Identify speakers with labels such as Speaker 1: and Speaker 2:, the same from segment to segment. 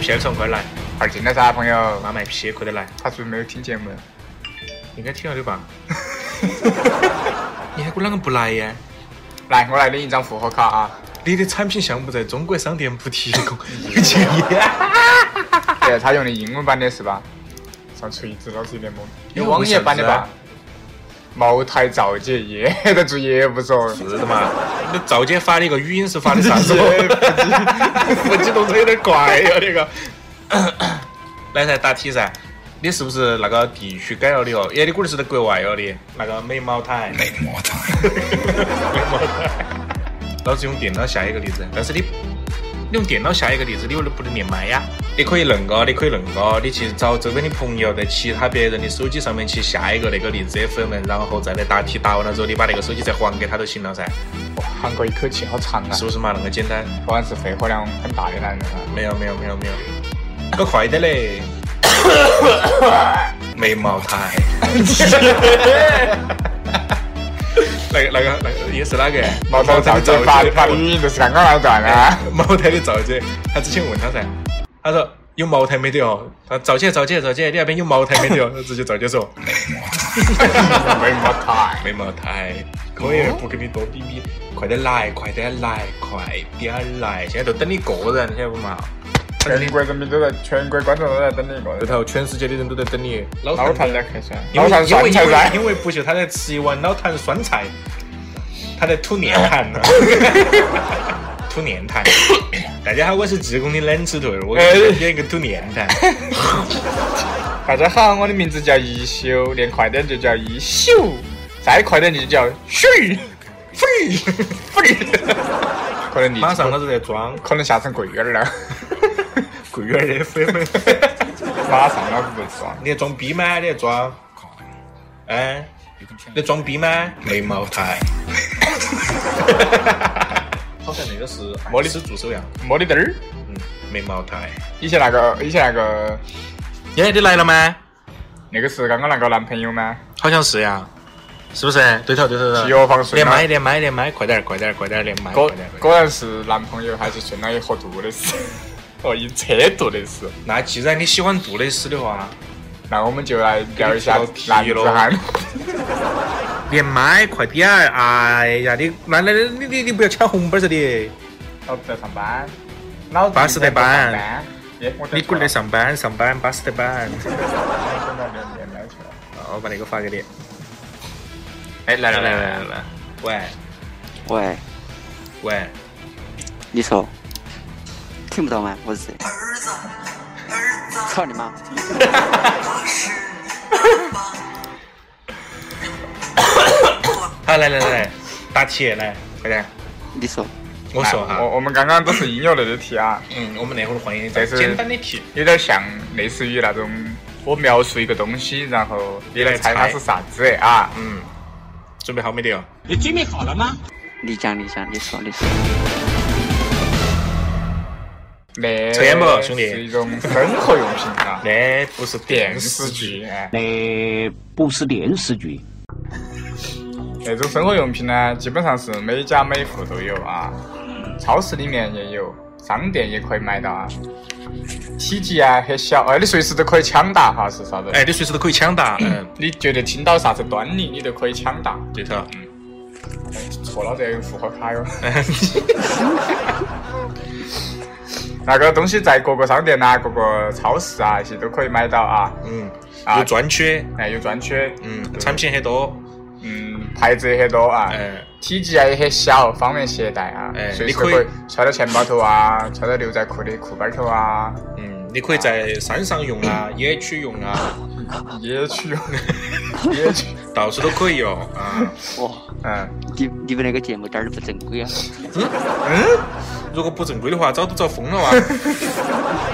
Speaker 1: 皮尔送过来，
Speaker 2: 耳进了噻，朋友？
Speaker 1: 妈卖批过得来，
Speaker 2: 他是不是没有听节目？
Speaker 1: 应该听了的 吧？你还给我啷个不来呀？
Speaker 2: 来，我来领一张复合 卡啊！
Speaker 1: 你的产品项目在中国商店不提供，敬业。
Speaker 2: 对，他用的英文版的是吧？上锤子老子有点懵。
Speaker 1: 有
Speaker 2: 有网页版的
Speaker 1: 为啥
Speaker 2: 吧
Speaker 1: 子？
Speaker 2: 茅台造姐业 在做业务 嗦。
Speaker 1: 是的嘛？那赵姐发的一个语音 是发的啥子？腹肌动作有点怪哟、那个。 来噻，答题噻。你是不是那个地区改了的哦？耶，你估计是在国外了的，那个美茅台。美茅台。美茅台。老子用电脑下一个例子，但是你你用电脑下一个例子，你又不能连麦呀？你可以恁个，你可以恁个，你去找周边的朋友，在其他别人的手机上面去下一个那个例子的粉文，然后再来答题，答完了之后，你把那个手机再还给他就行了噻。
Speaker 2: 哇韩国一口气好长啊
Speaker 1: 是！不是嘛？那么简单？
Speaker 2: 果然是肺活量很大的男人啊！
Speaker 1: 没有没有没有没有，搞快点嘞！没茅台。
Speaker 2: 啊
Speaker 1: 那个那个那个也是哪个？
Speaker 2: 茅台造姐发发的语音就是刚刚那一段 啊！
Speaker 1: 茅台的赵姐，他之前问他噻，他说有茅台没得哦？他赵姐赵姐赵姐，你那边有茅台没得哦？ 直接赵姐说
Speaker 2: 没茅台。
Speaker 1: 没茅台，我也啊不跟你多逼逼，快点来快点来快点来，现在都等你一个人，晓得不嘛？
Speaker 2: 全国人民都在，全国观众都在等你一个
Speaker 1: 对
Speaker 2: 人。
Speaker 1: 头，全世界的人都在等你。老
Speaker 2: 老
Speaker 1: 谭
Speaker 2: 谭在开酸，
Speaker 1: 因为
Speaker 2: 老谭
Speaker 1: 因为
Speaker 2: 酸菜
Speaker 1: 因为
Speaker 2: 噻。
Speaker 1: 因为不秀他在吃一碗老坛酸菜，他在吐面痰 呢，吐面痰。 大家好，我是职工的冷吃头儿，我给你点一个吐面痰。
Speaker 2: 大家好，我的名字叫一休，练快点就叫一休，再快点就叫咻飞飞。可能 你
Speaker 1: 马上老子在 装
Speaker 2: 可能下成桂圆儿了，
Speaker 1: 桂圆的粉粉，
Speaker 2: 马上老子就装。
Speaker 1: 你在装逼吗？你在装？哎，你在装逼吗？没茅台。 好像那个是莫里斯助手呀，
Speaker 2: 没得灯儿。
Speaker 1: 嗯，没茅台。
Speaker 2: 以前那个，以前那个，
Speaker 1: 耶，你来了吗？
Speaker 2: 那个是刚刚那个男朋友吗？
Speaker 1: 好像是呀，是不是？对头对头对头。
Speaker 2: 饥饿放水啊
Speaker 1: 连
Speaker 2: 吗
Speaker 1: 麦连麦连麦，快点儿快点儿快点儿连麦，快
Speaker 2: 果
Speaker 1: 点儿快点儿。
Speaker 2: 果然是男朋友，还是相当于喝多的事， 哦，一车度的事。
Speaker 1: 那既然你喜欢杜蕾斯的话，
Speaker 2: 那我们就来聊一下
Speaker 1: 给你提
Speaker 2: 男子
Speaker 1: 了
Speaker 2: 汉。
Speaker 1: 连麦快点儿！哎呀，你来来来，你你你不要抢红包噻你！
Speaker 2: 老子在哦上班，老子
Speaker 1: 巴适的班
Speaker 2: 在上班。耶我在
Speaker 1: 你滚来
Speaker 2: 上
Speaker 1: 上班上班，巴适的板。
Speaker 2: 班我在那边聊去了
Speaker 1: 好我把那个发给你。
Speaker 2: 哎，来
Speaker 1: 来
Speaker 2: 了
Speaker 1: 来
Speaker 2: 来
Speaker 1: 来
Speaker 2: 了
Speaker 1: 来
Speaker 2: 来了，
Speaker 1: 来，喂
Speaker 3: 喂，
Speaker 1: 喂，
Speaker 3: 你说，听不到吗？我是谁？操你妈！
Speaker 1: 好来来来来，答题来，快点儿！
Speaker 3: 你说，
Speaker 1: 我说哈
Speaker 2: 我，我们刚刚都是音乐类的题啊，
Speaker 1: 嗯，我们那会儿欢迎
Speaker 2: 这是
Speaker 1: 简单的题，
Speaker 2: 有点像类似于那种我描述一个东西，然后你来猜它是啥子的啊。
Speaker 1: 嗯，准备好没得哦？
Speaker 3: 你讲，你讲，你说，你说，
Speaker 2: 那
Speaker 1: 抽烟不兄弟
Speaker 2: 是一种生活用品啊，
Speaker 1: 那不是电
Speaker 2: 电
Speaker 1: 视
Speaker 2: 视
Speaker 1: 剧
Speaker 2: 剧，哎，
Speaker 4: 那不是电视剧，
Speaker 2: 那种生活用品呢，基本上是每家每户都有啊，超市里面也有，商店也可以买到啊。体积啊很小，哎，你随时都可以抢答哈，是啥子？
Speaker 1: 哎，你随时都可以抢答，嗯，
Speaker 2: 你觉得听到啥子端倪，你都可以抢答。
Speaker 1: 对头。
Speaker 2: 哎错了，这有复合卡哟。那个东西在各个商店呐、各个超市啊，一些都可以买到啊。
Speaker 1: 嗯，
Speaker 2: 啊
Speaker 1: 有专区，
Speaker 2: 哎，有专区，
Speaker 1: 嗯，产品很多，
Speaker 2: 嗯，牌子也很多啊。
Speaker 1: 嗯，
Speaker 2: 体积啊也很小，方便携带啊，
Speaker 1: 哎
Speaker 2: 随
Speaker 1: 你
Speaker 2: 时
Speaker 1: 可以
Speaker 2: 可以揣到钱包头啊， 揣到牛仔裤的裤包头啊，
Speaker 1: 嗯，你可以在山上用啊，野区用啊，
Speaker 2: 野 区，野区，
Speaker 1: 到处都可以用啊。
Speaker 3: 哇，
Speaker 2: 嗯，
Speaker 3: 你你们那个节目点儿都不正规啊！
Speaker 1: 如果不正规的话，早都遭封了哇。啊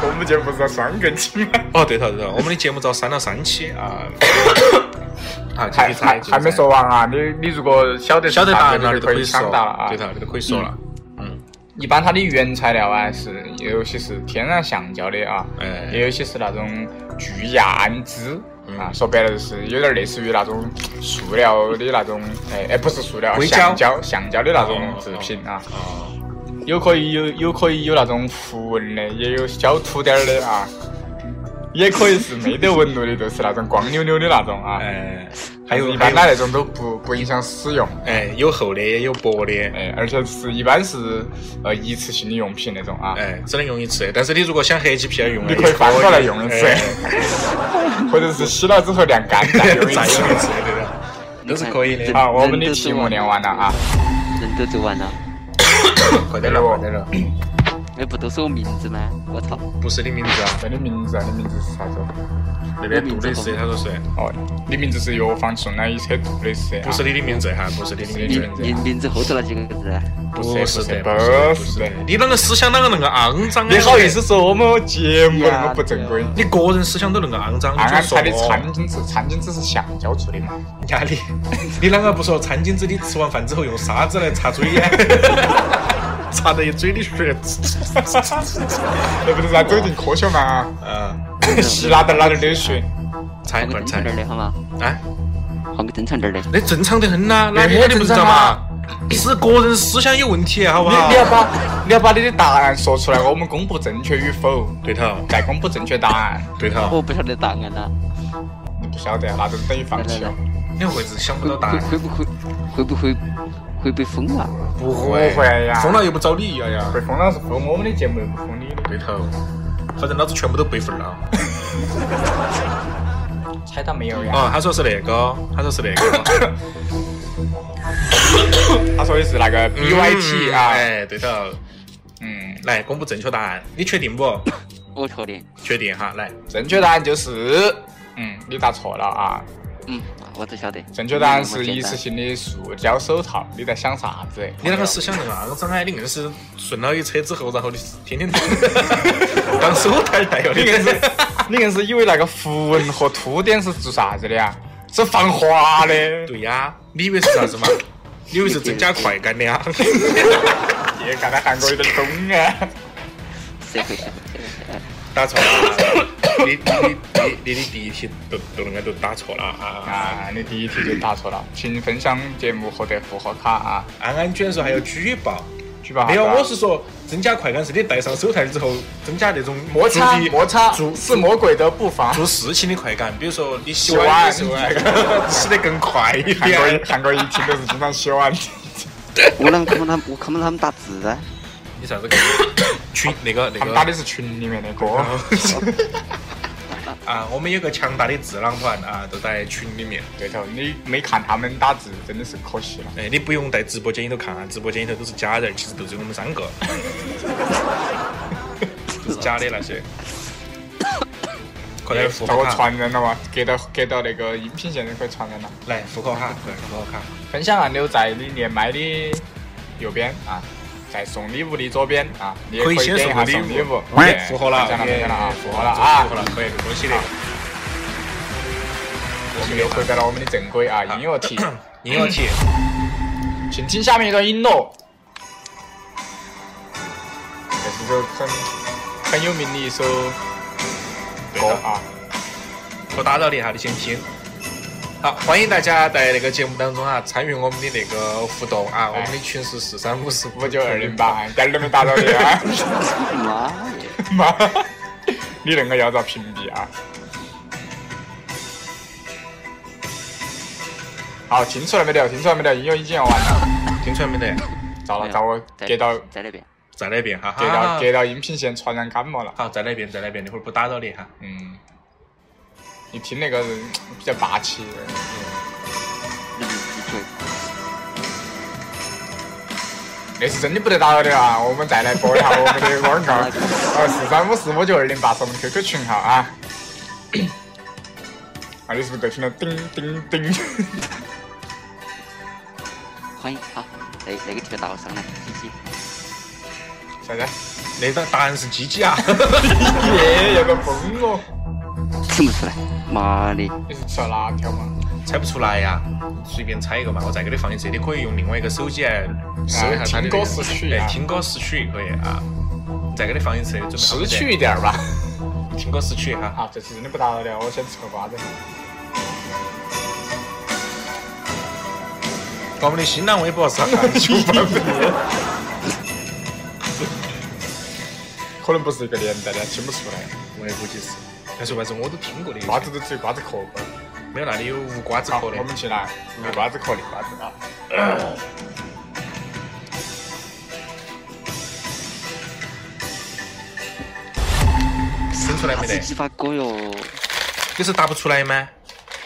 Speaker 2: 我们就不是双更期吗？
Speaker 1: 哦，对头对头，我们的节目遭删了三期啊。好，继
Speaker 2: 还
Speaker 1: 续猜
Speaker 2: 还，还没说
Speaker 1: 完，
Speaker 2: 完啊！你你如果晓得是
Speaker 1: 晓得
Speaker 2: 啥
Speaker 1: 答
Speaker 2: 子
Speaker 1: 案了，
Speaker 2: 你
Speaker 1: 你
Speaker 2: 就
Speaker 1: 都
Speaker 2: 可
Speaker 1: 以说
Speaker 2: 抢答了啊
Speaker 1: 对！头，你都可以说了。嗯，
Speaker 2: 一般它的原材料啊是有些是天然橡胶的啊，
Speaker 1: 哎
Speaker 2: 也有些是那种聚亚氨酯
Speaker 1: 嗯
Speaker 2: 啊，说白了就是有点类似于那种塑料的那种，哎哎不是塑料，
Speaker 1: 硅胶
Speaker 2: 橡胶橡胶的那种
Speaker 1: 哦
Speaker 2: 制品啊。
Speaker 1: 哦，
Speaker 2: 有可以有有可以有那种符文的，也有小凸点儿的啊，也可以是没得纹路的，就是那种光溜溜的那种啊。
Speaker 1: 哎，还有
Speaker 2: 一般它
Speaker 1: 还有
Speaker 2: 那种都不不影响使用，
Speaker 1: 哎，有厚的也有薄的，
Speaker 2: 哎，而且是一般是呃一次性的用品那种啊，
Speaker 1: 哎，只能用一次。但是你如果想黑起皮儿用了，
Speaker 2: 你可以翻过来用一次
Speaker 1: 哎，
Speaker 2: 或者是洗了之后晾干再
Speaker 1: 再
Speaker 2: 用
Speaker 1: 用
Speaker 2: 一
Speaker 1: 一次，
Speaker 2: 次。
Speaker 1: 对的，都是可以的。
Speaker 2: 好，我们的题目念完了啊，
Speaker 3: 人都读完了，
Speaker 1: 快
Speaker 2: 哎
Speaker 1: 点了，快点了，
Speaker 3: 那不都是我名字吗？我操，
Speaker 1: 不是你名字啊，
Speaker 2: 你的名字啊，你名字是啥子？
Speaker 1: 那边杜蕾斯，他说是，
Speaker 2: 哦，你名字是药房送来一车杜蕾斯啊，
Speaker 1: 不是你的名字哈，不是你的名
Speaker 3: 你
Speaker 1: 字，
Speaker 3: 你名字后头那几个字啊？
Speaker 1: 不是的，
Speaker 2: 不
Speaker 1: 不
Speaker 2: 是
Speaker 1: 是
Speaker 2: 的
Speaker 1: 的。你啷个思想啷个恁个肮脏啊？
Speaker 2: 你好意思说我们节目那么不正规？
Speaker 1: 你个人思想都恁个肮脏，
Speaker 2: 安安
Speaker 1: 你就
Speaker 2: 他的
Speaker 1: 说
Speaker 2: 餐巾纸，餐巾纸是橡胶做的嘛？
Speaker 1: 压力。你啷个不说餐巾纸？你吃完饭之后用沙子来擦嘴呀？ 擦得一嘴的血。
Speaker 2: 那不是在走进科学嘛？
Speaker 1: 嗯，
Speaker 2: 吸哪点儿哪点儿的血，
Speaker 1: 擦一
Speaker 3: 放
Speaker 1: 块儿
Speaker 3: 个正
Speaker 1: 擦
Speaker 3: 常点儿的好吗？
Speaker 1: 啊。
Speaker 3: 放个正常点儿的。
Speaker 1: 那正常得很呐，哪
Speaker 2: 那
Speaker 1: 里
Speaker 2: 很
Speaker 1: 你不知
Speaker 2: 正常
Speaker 1: 道
Speaker 2: 啊
Speaker 1: 嘛？是个人思想有问题，啊好不
Speaker 2: 你
Speaker 1: 好
Speaker 2: 你？要把你要把你的答案说出来，我们公布正确与否，
Speaker 1: 对头，
Speaker 2: 再公布正确答案。
Speaker 1: 对头，
Speaker 3: 我不晓得答案啊了，
Speaker 2: 你不晓得，那就等于放弃了。
Speaker 1: 你为啥子想不
Speaker 3: 会
Speaker 1: 到答案？
Speaker 3: 会会不会会不会会被封啊？
Speaker 1: 不
Speaker 2: 不会呀
Speaker 1: 疯了又不找理呀呀
Speaker 2: 被！封了是封我们的节目，又不封你的。
Speaker 1: 对头，反正老子全部都备份 了。啊
Speaker 2: 猜到没有呀？
Speaker 1: 哦，他说是那个，他说是那 个
Speaker 2: 他说的是那个 BYT
Speaker 1: 嗯
Speaker 2: 啊，
Speaker 1: 哎，对头，
Speaker 2: 嗯，
Speaker 1: 来公布正确答案，你确定 不？
Speaker 3: 我确定，
Speaker 1: 确定哈，来，
Speaker 2: 正确答案就是，嗯，你答错了啊。
Speaker 3: 嗯，我都晓得。嗯
Speaker 2: 正确答案是一次。性的塑胶手套。你在想啥子？
Speaker 1: 你那个思想那个肮脏啊！你硬是顺了一车之后，然后你天 天当手袋戴哟，
Speaker 2: 你
Speaker 1: 你
Speaker 2: 硬是你硬是以为那个符文和凸点是做啥子的呀？是放花的。
Speaker 1: 对呀，你以为是啥子嘛？你以为是增加快感的 呀？
Speaker 2: 你看来韩国有点懂啊。
Speaker 3: 社会社会社会。
Speaker 1: 打错了，你你你你的第一题都都应该都打错了啊！
Speaker 2: 啊，你第一题就答错了，请分享节目获得复活卡啊！
Speaker 1: 安安居然说还要举报，
Speaker 2: 举报哈
Speaker 1: 没有，
Speaker 2: 对吧
Speaker 1: 我是说增加快感是你戴上手套之后增加那种
Speaker 2: 摩擦
Speaker 1: 注意
Speaker 2: 摩擦
Speaker 1: 注
Speaker 2: 是魔鬼的步伐。
Speaker 1: 做事情的快感，比如说你洗
Speaker 2: 洗
Speaker 1: 碗
Speaker 2: 碗
Speaker 1: 的时候洗得更快一
Speaker 2: 韩国 人
Speaker 1: 点。
Speaker 2: 韩国人一听都是经常洗碗的。
Speaker 3: 我啷个看不到他们？我看不到他们打字啊！
Speaker 1: 你啥子？ 群那个那
Speaker 2: 他们打的
Speaker 1: 个
Speaker 2: 是群里面的歌，
Speaker 1: 啊，我们有个强大的智囊团啊，都在群里面。
Speaker 2: 对头，你没看他们打字真的是可惜了。
Speaker 1: 哎，你不用在直播间里头看啊，直播间里头都是假人，其实都是我们三个， 都是假的那 些。快点复
Speaker 2: 找
Speaker 1: 刻
Speaker 2: 我
Speaker 1: 哈，
Speaker 2: 传人了嘛，给到给到那个音频线就可以传人了。
Speaker 1: 来复刻哈，快复刻哈。
Speaker 2: 分享按钮在啊你连麦的右边啊，在送礼物的左边啊，你也
Speaker 1: 可以
Speaker 2: 以
Speaker 1: 先
Speaker 2: 点一下
Speaker 1: 送
Speaker 2: 送
Speaker 1: 礼
Speaker 2: 礼
Speaker 1: 物
Speaker 2: 物。
Speaker 1: 喂
Speaker 2: 对
Speaker 1: 符合了
Speaker 2: 分享了，分享了啊，
Speaker 1: 耶
Speaker 2: 符合了啊
Speaker 1: 复。刻了，可以，恭喜你。
Speaker 2: 我们又回到了我们的正轨啊，音乐题，
Speaker 1: 音乐题，
Speaker 2: 请听下面一段音乐。这是首很很有名的一首
Speaker 1: 对
Speaker 2: 歌
Speaker 1: 的
Speaker 2: 啊，
Speaker 1: 不打扰你哈，你先听。好，欢迎大家在那个节目当中啊，参与我们的那个互动啊，
Speaker 2: 哎
Speaker 1: 我们的群是四三五四
Speaker 2: 五九二零八，一点儿都没打扰你啊，
Speaker 3: 妈耶！
Speaker 2: 妈， 你恁个要遭屏蔽啊！好，听出来没得？听出来没得？音乐已经要完了，
Speaker 1: 听出来没得？
Speaker 2: 糟了，遭我
Speaker 3: 在
Speaker 2: 给到
Speaker 3: 在那边。
Speaker 1: 再来一遍哈
Speaker 2: 给到
Speaker 1: 哈。
Speaker 2: 给到音频线传染感冒了。
Speaker 1: 好，再来一遍，再来一遍，一会儿不打扰你哈。
Speaker 2: 嗯，一听那个人比较霸气。
Speaker 3: 你你吹，
Speaker 2: 那是真的不得打扰的啊！我们再来播一下我们的广告，呃，四三五四五九二零八是我们 QQ 群号啊。啊，你是不是都听到叮叮叮？
Speaker 3: 欢迎好，那那个题到上来，嘻嘻。
Speaker 2: 啥子？
Speaker 1: 那个答案是鸡 鸡啊。
Speaker 2: 耶，要个崩哦！
Speaker 3: 听不出来，妈的！
Speaker 2: 你是吃了辣条吗？
Speaker 1: 猜不出来呀、随便猜一个嘛。我再给你放一次，你可以用另外一个手机来搜一下它的那个、
Speaker 2: 啊听歌识曲啊
Speaker 1: 哎，听歌识曲可以啊。再给你放一次，准备好
Speaker 2: 识
Speaker 1: 没得
Speaker 2: 趣一点吧。
Speaker 1: 听歌识曲哈。
Speaker 2: 啊，这次真的不打扰了，我先吃个瓜子。
Speaker 1: 啊 我们的新浪微博是汉
Speaker 2: 可能不是一个年代的，听不出来。
Speaker 1: 我也估计是，但是还是我都听过的。
Speaker 2: 瓜子都只有瓜子壳过。
Speaker 1: 没有那里有无瓜子
Speaker 2: 好，
Speaker 1: 壳的
Speaker 2: 我。们去拿没瓜子壳的瓜子啊。
Speaker 1: 生出来
Speaker 3: 啥
Speaker 1: 没
Speaker 3: 子
Speaker 1: 得？
Speaker 3: 激发哥哟？
Speaker 1: 你是答不出来吗？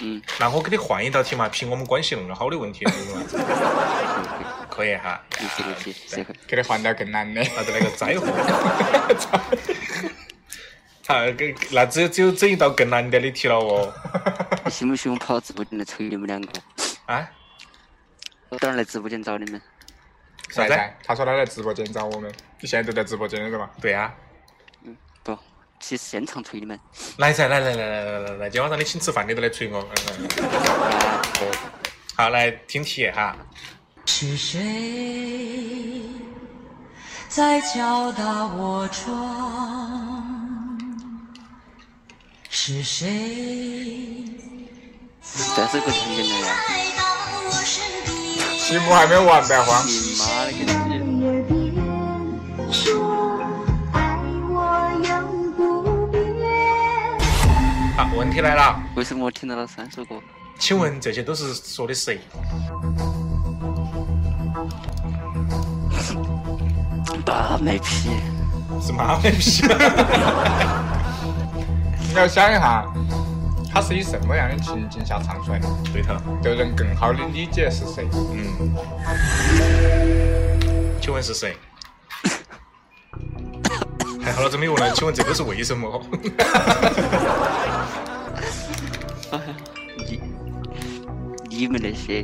Speaker 3: 嗯，
Speaker 1: 那我给你换一道题嘛，凭我们关系恁个好的问题，你懂吗可以哈。
Speaker 3: 没事没事，这个
Speaker 2: 给你换点更难的。
Speaker 1: 那就来个灾祸。好，跟那只有只有整一道更难点的题了哦。
Speaker 3: 信不信我跑到直播间来抽你们两个？
Speaker 1: 啊？
Speaker 3: 我等会儿来直播间找你们。
Speaker 1: 啥子？
Speaker 2: 来？他说他在直播间找我们，你现在都在直播间是吧？
Speaker 1: 对啊。
Speaker 3: 嗯，不，去现场锤你们。
Speaker 1: 来噻，来来来来来来来，今天晚上你请吃饭，你都来催我。嗯嗯
Speaker 3: 啊
Speaker 1: 好，来听题哈。
Speaker 5: 是谁在敲打我窗？是谁
Speaker 3: 这首歌很简单呀。
Speaker 5: 来到我身边？
Speaker 2: 题目还没完，白花。
Speaker 3: 你妈了个逼！
Speaker 6: 耳边说爱我永不变。
Speaker 1: 好，问题来了，
Speaker 3: 为什么我听到了三首歌？
Speaker 1: 请问这些都是说的谁？
Speaker 3: 大卖批！
Speaker 1: 是妈卖批。
Speaker 2: 你要想一下，他是以什么样的情境下唱出来的，
Speaker 1: 对头。
Speaker 2: 就能更好的理解是谁。
Speaker 1: 嗯。请问是谁？ 还好老子没问了。请问这个是为什么？
Speaker 3: 你你们那些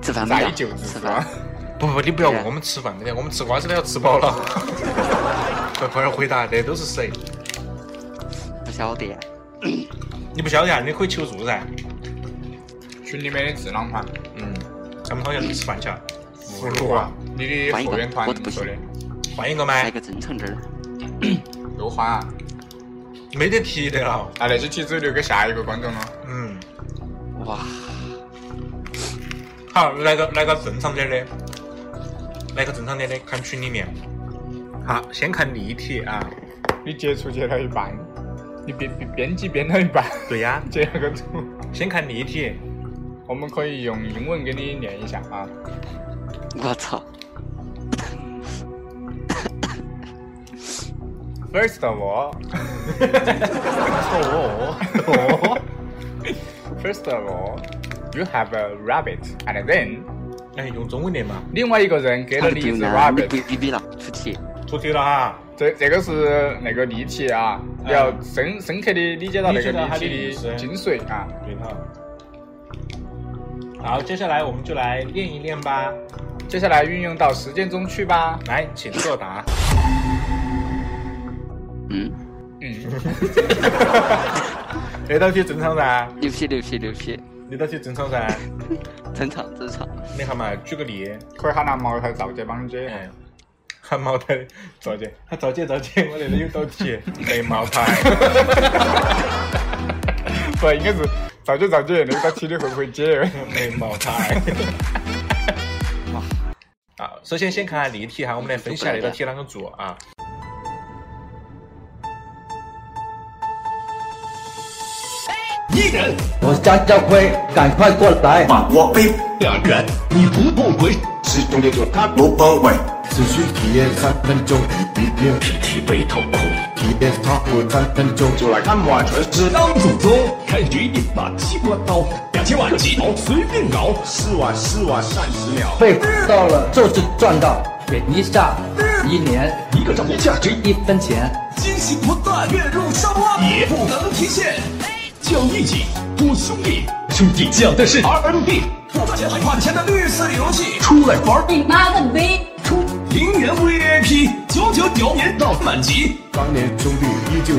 Speaker 3: 吃饭没
Speaker 2: 再
Speaker 3: 呀？
Speaker 2: 就
Speaker 3: 吃
Speaker 2: 是
Speaker 3: 饭
Speaker 2: 吧？
Speaker 1: 不不不，你不要问我们吃饭没得，我们吃瓜子都要吃饱了。 快快点回答，这都是谁？
Speaker 3: 不晓得呀。
Speaker 1: 你不晓得呀？你可以求助噻。
Speaker 2: 群里面的智囊团，
Speaker 1: 嗯，咱们好像去吃饭去了。啊
Speaker 2: 葫芦娃，你的后援团说的
Speaker 1: 换一个
Speaker 2: 哎
Speaker 1: 吗？
Speaker 3: 啊来个正常点儿的。
Speaker 2: 又换啊？
Speaker 1: 没得题的了。
Speaker 2: 那那些题只有留给下一个观众了。
Speaker 1: 嗯，
Speaker 3: 哇，
Speaker 1: 好，来个来个正常点的，来个正常点的，看群里面。好，先看例题啊。
Speaker 2: 你截图截到一半，你编编编辑编到一半，
Speaker 1: 对呀、
Speaker 2: 截了个图。
Speaker 1: 先看例题。
Speaker 2: 我们可以用英文给你念一下啊。
Speaker 3: 我操！
Speaker 2: First of all,
Speaker 1: 哦哦
Speaker 2: first of all, you have a rabbit, and then
Speaker 1: 哎，用中文念嘛。
Speaker 2: 另外一个人给
Speaker 3: 他
Speaker 2: 了
Speaker 3: 的
Speaker 2: 你一
Speaker 3: 丢
Speaker 2: 只
Speaker 3: 呢？你
Speaker 2: rabbit
Speaker 3: 不。逼逼了？出题。
Speaker 1: 出题了哈。
Speaker 2: 这这个是那个例题啊，
Speaker 1: 嗯
Speaker 2: 要深深刻的理解到那
Speaker 1: 理解
Speaker 2: 个
Speaker 1: 到它的
Speaker 2: 题
Speaker 1: 意思
Speaker 2: 的精髓啊。
Speaker 1: 对头。好，接下来我们就来练一练吧。
Speaker 2: 接下来运用到实践中去吧。
Speaker 1: 来，请作答。
Speaker 3: 嗯，
Speaker 2: 嗯，
Speaker 1: 这道题正常噻，
Speaker 3: 牛批牛批牛批！
Speaker 1: 这道题正常噻。
Speaker 3: 正常正常。
Speaker 1: 你看嘛，举个例，
Speaker 2: 可以喊拿茅台赵姐帮你解。
Speaker 1: 哎，啊喊茅台，赵姐，喊赵姐，赵姐，我那里有道题， 没茅台。
Speaker 2: 不，应该是赵姐赵姐，那个题你会不会解？
Speaker 1: 没茅 台。好，首先先看下例题哈，我们来分析下这道题啷个做啊。
Speaker 7: 我张家辉，赶快过来！
Speaker 8: 把握杯两元，你不后悔。始终留住他不崩溃，
Speaker 7: 只需体验三分钟，体验
Speaker 8: 身体被掏空，
Speaker 7: 体验 top 三分钟。
Speaker 8: 就来看我全是当祖宗。开局一把西瓜刀，两千万起头随便搞。是哇是哇，三十秒，
Speaker 7: 被到了就是赚到，点一下，一年
Speaker 8: 一个账户价值
Speaker 7: 一分钱。
Speaker 8: 惊喜不断，月入三万也不能提现。叫一起做兄弟，兄弟讲的是 RNB，不花钱很花钱的绿色游戏，出来玩儿
Speaker 6: 你妈个逼！
Speaker 8: 出零元 VIP，九九九年到满级。
Speaker 7: 当年兄弟依旧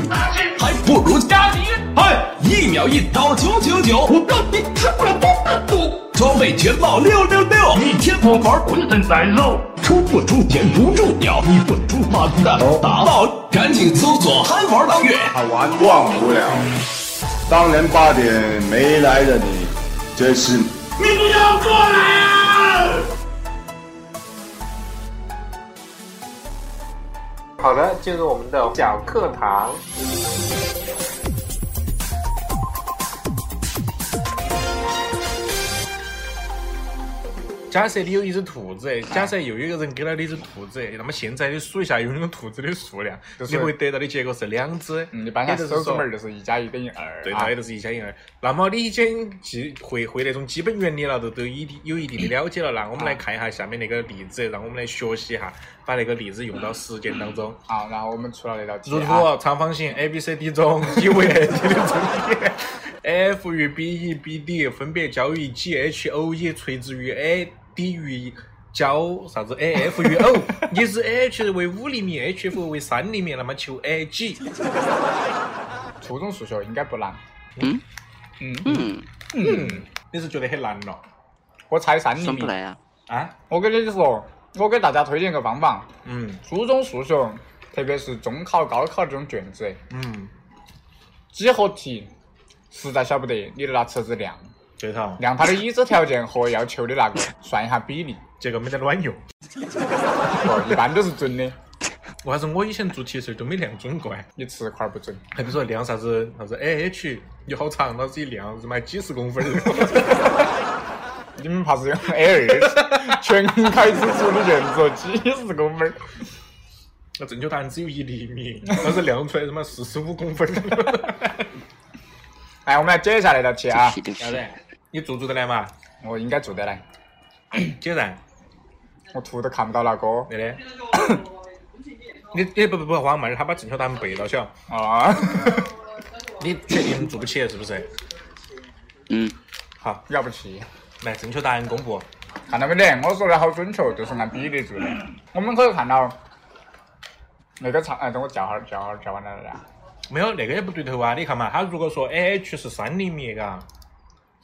Speaker 8: 还不如加急。哎，一秒一刀九九九，我让你吃不了兜着走。装备全爆六六六，逆天魔玩浑身难受。出不出钱不重要，你滚出妈的打爆！赶紧搜索憨玩当月。
Speaker 9: 看完忘不了。当年八点没来的你，真是
Speaker 8: 你不要过来啊！
Speaker 2: 好的，进入我们的小课堂。
Speaker 1: 假设你有一只兔子，
Speaker 2: 哎
Speaker 1: 假设又有一个人给了你一只兔子，那么现在你数一下拥有兔子的数量，
Speaker 2: 就是
Speaker 1: 你会得到的结果是两只。
Speaker 2: 嗯，你把它
Speaker 1: 也就是
Speaker 2: 手指
Speaker 1: 说
Speaker 2: 门儿就是一加一等于二。
Speaker 1: 对，
Speaker 2: 啊
Speaker 1: 大概就是一加一二。那么你已经记会会那种基本原理了，都都有一定有一定的了解了。那我们
Speaker 2: 啊
Speaker 1: 来看一下下面那个例子，让我们来学习一下，把那个例子用到实践当中。
Speaker 2: 好，然后我们出了那道题
Speaker 1: 如
Speaker 2: 啊，
Speaker 1: 图长方形 A B C D 中，D 为 A D 的中点，F 与 B E B D 分别交于 G H O E 垂直于 A D 与交啥子 A F 与 O，你 是 A H 为五厘米，H F 为三厘米，那么求 A G。
Speaker 2: 初中数学应该不难。
Speaker 3: 嗯
Speaker 2: 嗯，
Speaker 3: 嗯，
Speaker 1: 嗯，你是觉得很难了
Speaker 2: 我猜三厘
Speaker 3: 算不
Speaker 2: 米。
Speaker 3: 来啊。
Speaker 1: 啊？
Speaker 2: 我跟你说，我给大家推荐个方法，
Speaker 1: 嗯
Speaker 2: 初中数学，特别是中考、高考这种卷子，
Speaker 1: 嗯，
Speaker 2: 几何题实在晓不得，你就拿尺子量
Speaker 1: 对头，
Speaker 2: 量它的已知条件和要求的那个，算一下 比例，
Speaker 1: 这个没得卵用。
Speaker 2: 哦，一般都是准的，
Speaker 1: 为啥子我以前做题的时候都没量准过哎？
Speaker 2: 你尺块儿不准。
Speaker 1: 还比如说量啥子啥子 A H，有好长，老子一量他妈几十公分儿。
Speaker 2: 你们怕是用 A 二 全开支出的卷子，几十公分儿。
Speaker 1: 那正确答案只有一厘米，但是量出来他妈四十五公 分。
Speaker 2: 哎，我们来解一下那道题啊
Speaker 3: 是，的，
Speaker 1: 要
Speaker 3: 是
Speaker 1: 得，你做做得来嘛？
Speaker 2: 我应该做得来，
Speaker 1: 解然，
Speaker 2: 我图都看不到那个
Speaker 1: 对的。你你不不不慌嘛，他把正确答案背到晓，
Speaker 2: 啊，
Speaker 1: 你确定做不起是不是？
Speaker 3: 嗯，
Speaker 1: 好，
Speaker 2: 了不起。
Speaker 1: 来正确答案公布。
Speaker 2: 看到没得？我说的好准确，就是按比例做的。我们可以看到那个长，哎，等我叫哈儿，叫哈儿，叫完了啦。
Speaker 1: 没有那个也不对头啊！你看嘛，他如果说 A H 是三厘米，嘎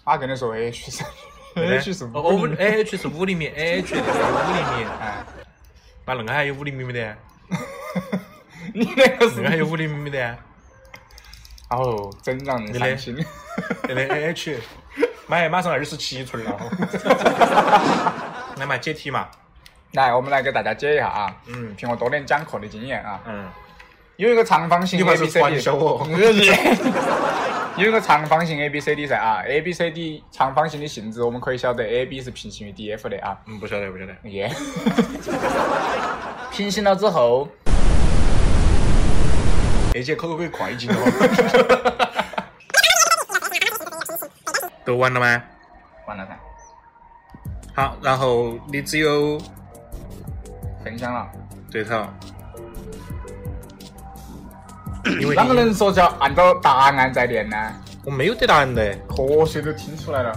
Speaker 2: 他跟你说哎 H 是 H 是
Speaker 1: 哦
Speaker 2: 五
Speaker 1: 五
Speaker 2: 厘米，
Speaker 1: A H 是五厘米，A H 是五厘米，
Speaker 2: 哎，
Speaker 1: 那恁个还有五厘米没 得？
Speaker 2: 你那个
Speaker 1: 恁个还
Speaker 2: 是
Speaker 1: 有五厘米没得？
Speaker 2: 哦，真让人伤心。
Speaker 1: 对的 A H，妈呀，马上二十七寸了。来嘛，解题嘛。
Speaker 2: 来，我们来给大家解一下啊，
Speaker 1: 嗯
Speaker 2: 凭我多年讲课的经验啊，
Speaker 1: 嗯，
Speaker 2: 有一个长方形
Speaker 1: 你
Speaker 2: A
Speaker 1: 怕
Speaker 2: B
Speaker 1: 是
Speaker 2: C
Speaker 1: 传
Speaker 2: D，
Speaker 1: 销哦？
Speaker 2: 有一个长方形 A B C D 噻啊，A B C D 长方形的性质我们可以晓得 A B 是平行于 D F 的啊，
Speaker 1: 嗯，不晓得，不晓得。
Speaker 2: 耶， 平行了之后，
Speaker 1: 那节可不可以快进哦？都完了吗？
Speaker 2: 完了噻，
Speaker 1: 好，然后你只有
Speaker 2: 分享了。
Speaker 1: 对头，因为
Speaker 2: 啷个
Speaker 1: 你
Speaker 2: 能说叫按照答案在练呢？
Speaker 1: 我没有得答案的。
Speaker 2: 科学都听出来了，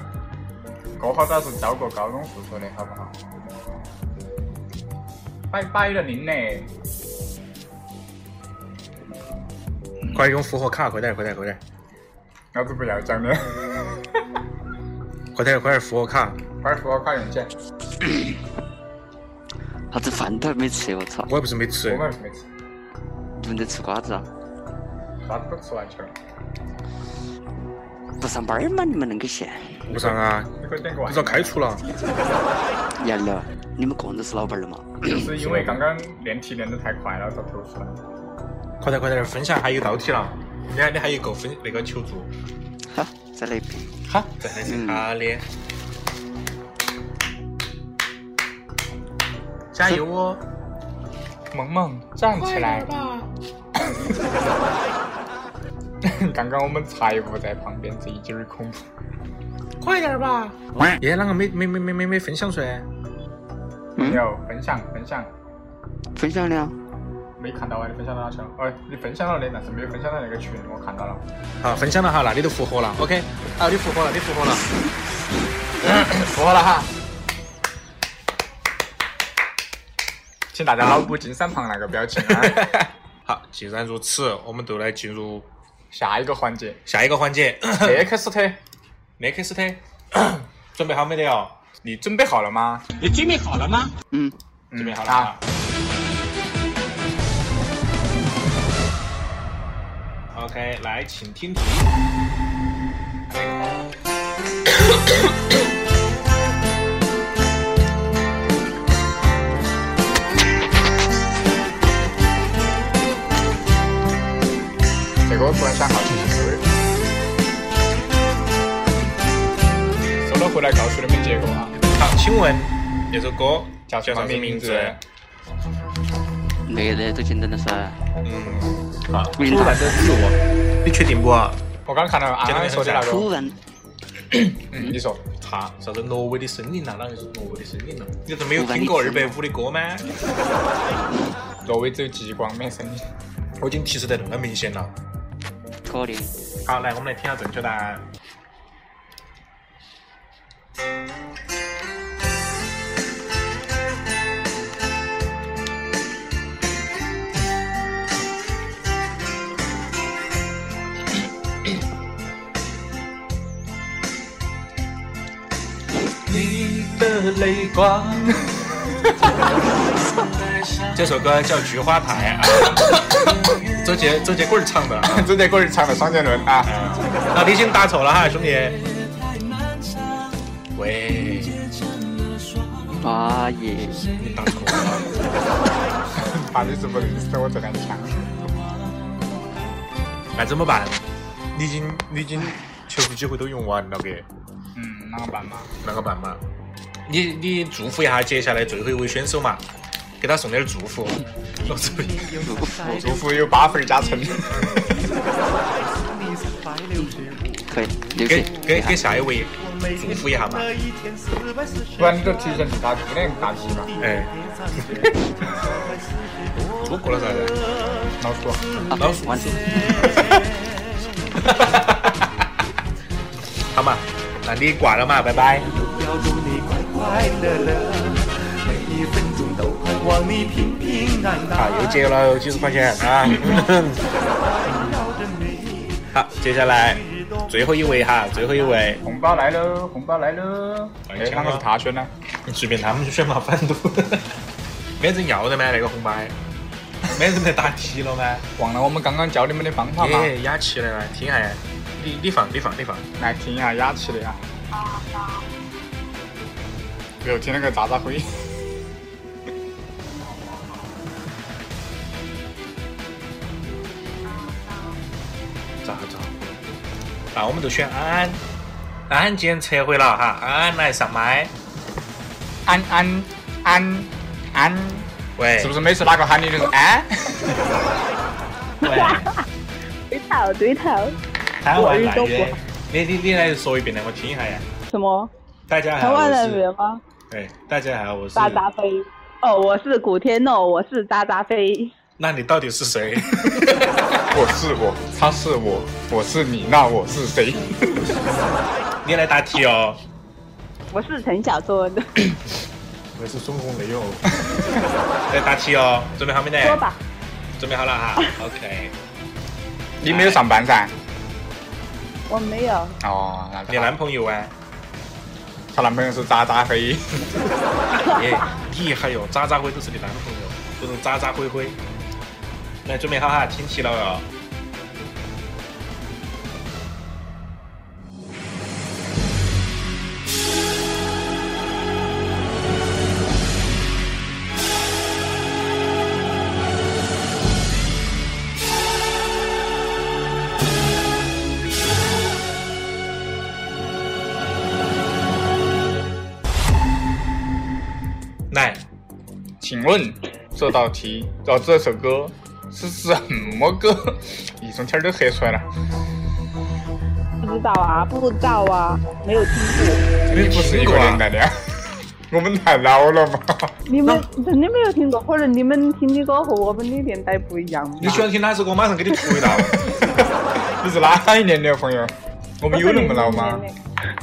Speaker 2: 高考早是教过高中数学的，好不好？拜拜了您呢，
Speaker 1: 快用复活卡，快点，快点，快点，
Speaker 2: 老子不要讲了，
Speaker 1: 快点，快点复活卡。
Speaker 2: 快说快用起，
Speaker 3: 啥子饭都还没吃，我操！
Speaker 1: 我又不是没吃
Speaker 2: 我，们没吃，
Speaker 3: 轮得吃瓜子啊？
Speaker 2: 啥子都吃完去了，
Speaker 3: 不上班儿吗？你们恁个闲？
Speaker 1: 不上啊，
Speaker 2: 你快点过
Speaker 1: 不
Speaker 2: 来
Speaker 1: 知。道开除了。
Speaker 3: 杨柳，你们个人都是老板儿了嘛？
Speaker 2: 就是因为刚刚练题练得太快了，遭投诉了。
Speaker 1: 快点，快点，分享还有道题了。你还你还有够分那个求助，
Speaker 3: 好，再来一遍。
Speaker 2: 哈，
Speaker 1: 真的是他的。加油哦！
Speaker 2: 萌萌站起来！刚刚我们财务在旁边，这一句儿恐怖。
Speaker 1: 耶，啷个没没没没没没分享出来？
Speaker 2: 没有分享分享，
Speaker 3: 分享了，
Speaker 2: 没看到啊？你分享到哪去了？哦，你分享了的，但是没有分享到那个群，我看到了。
Speaker 1: 好，分享了哈，那你都复活了，OK？好，你复活了，你复活了。
Speaker 2: 服了哈。请大家脑补金三胖那个表情啊！
Speaker 1: 好，既然如此，我们都来进入
Speaker 2: 下一个环节
Speaker 1: 下一个环节
Speaker 2: ，X 特，
Speaker 1: ，next，turn 准备好没得哦？
Speaker 2: 你准备好了吗？
Speaker 8: 你准备好了吗？
Speaker 3: 嗯，
Speaker 2: 准
Speaker 1: 准备好了
Speaker 2: 啊
Speaker 1: 啊！！OK，来，请听题。
Speaker 2: 来告诉你们结果啊，
Speaker 1: 好，请问这首歌
Speaker 2: 叫什
Speaker 1: 叫
Speaker 2: 么
Speaker 1: 啥子
Speaker 2: 名
Speaker 1: 名
Speaker 2: 字
Speaker 1: 字？？
Speaker 3: 没得，都简单的噻。
Speaker 1: 嗯，
Speaker 2: 啊
Speaker 1: 好，
Speaker 3: 武林大
Speaker 1: 的自我，你确定不？啊
Speaker 2: 我刚看到安安说的那
Speaker 3: 突
Speaker 2: 个，
Speaker 3: 然，
Speaker 2: 嗯，你说，
Speaker 1: 哈，啥子挪威的森林啊？哪个是挪威的森林了？你都没有听过
Speaker 3: 突
Speaker 1: 二
Speaker 3: 然
Speaker 1: 百
Speaker 3: 间
Speaker 1: 五的歌吗？
Speaker 2: 挪威只有极光没声音，
Speaker 1: 我已经提示得那么明显了。
Speaker 3: 可怜，
Speaker 1: 好，来，我们来听下正确答案。
Speaker 2: 你的泪光，
Speaker 1: 这首歌叫《菊花台》啊， 周杰周杰棍儿唱的啊。
Speaker 2: 这这歌儿唱的双杰伦啊，
Speaker 1: 老弟已经打错了哈，兄弟。喂，
Speaker 3: 妈耶！
Speaker 1: 你打错了。
Speaker 2: 怕你是不认识我这杆枪，
Speaker 1: 那哎怎么办？你已经你已经全部机会都用完了给，
Speaker 2: 嗯，啷个办嘛？
Speaker 1: 啷个办嘛？你你祝福一下接下来最后一位选手嘛，给他送点祝福。老子不
Speaker 2: 祝福有八分儿加成，
Speaker 3: 可以，流
Speaker 1: 给
Speaker 3: 水。
Speaker 1: 给给下一位祝福一下嘛。
Speaker 2: 不然你就提前去打姑娘大题嘛，
Speaker 1: 哎， 错过了啥子？
Speaker 2: 老鼠。
Speaker 3: 啊
Speaker 1: 老鼠
Speaker 3: 完了
Speaker 1: 好嘛，那你挂了嘛，拜拜。
Speaker 8: 要祝你快快乐乐，每一分钟都盼望你平平安安。
Speaker 1: 啊，又接了几十块钱啊！ 好，接下来最后一位哈，最后一位，
Speaker 2: 红包来喽！红包来喽！哎，
Speaker 1: 哎
Speaker 2: 啷个是他选呢？
Speaker 1: 随便他们去选嘛，反正都 没人要得嘛，那个红包， 没人来答题了吗？
Speaker 2: 忘了我们刚刚教你们的方法吗？
Speaker 1: 耶，雅琪来了，听下，你你放你放你放，
Speaker 2: 来听一下雅琪的呀。哎又听了个渣渣灰。
Speaker 1: 咋咋？啊那我们就选安安，安安今天撤回了哈，安安来上麦，
Speaker 2: 安安安安，
Speaker 1: 喂，
Speaker 2: 是不是每次哪个喊你 就是安？
Speaker 1: 喂，
Speaker 10: 对头，对头。
Speaker 1: 台
Speaker 10: 我
Speaker 1: 湾
Speaker 10: 是
Speaker 1: 来
Speaker 10: 中国
Speaker 1: 的，你你你来说一遍来，我听一下呀。
Speaker 10: 什么？
Speaker 1: 大家
Speaker 10: 台
Speaker 1: 好，
Speaker 10: 湾
Speaker 1: 我
Speaker 10: 人
Speaker 1: 是
Speaker 10: 员吗？
Speaker 1: 哎，大家好，我是
Speaker 10: 渣渣飞。哦，我是古天乐，我是渣渣飞。
Speaker 1: 那你到底是谁？
Speaker 2: 我是我，他是我，我是你，那我是谁？
Speaker 1: 你来答题哦。
Speaker 10: 我是陈小春。
Speaker 1: 我是孙红雷哦。来答题哦，准备好没得？
Speaker 10: 说吧，
Speaker 1: 准备好了哈。OK，
Speaker 2: 你没有上班噻？
Speaker 10: 我没有。
Speaker 2: 哦，那
Speaker 1: 你男朋友 啊？
Speaker 2: 她男朋友是渣渣黑，
Speaker 1: 耶，你还有渣渣辉都是你男朋友，不是渣渣灰灰。来，准备好哈，听题了哦哟。来，
Speaker 2: 请问这道题哦，这首歌是什么歌？ 一整天儿都黑出来了。
Speaker 10: 不知道啊，不知道啊，没有听过。
Speaker 2: 你不是一个啊年代的， 我们太老了嘛。
Speaker 10: 你们肯定没有听过，或者你们听的歌和我们的年代不一样吧
Speaker 1: 你喜欢听哪首歌？马上给你出一道。
Speaker 2: 你是哪一年的朋友？我们有那么老吗？？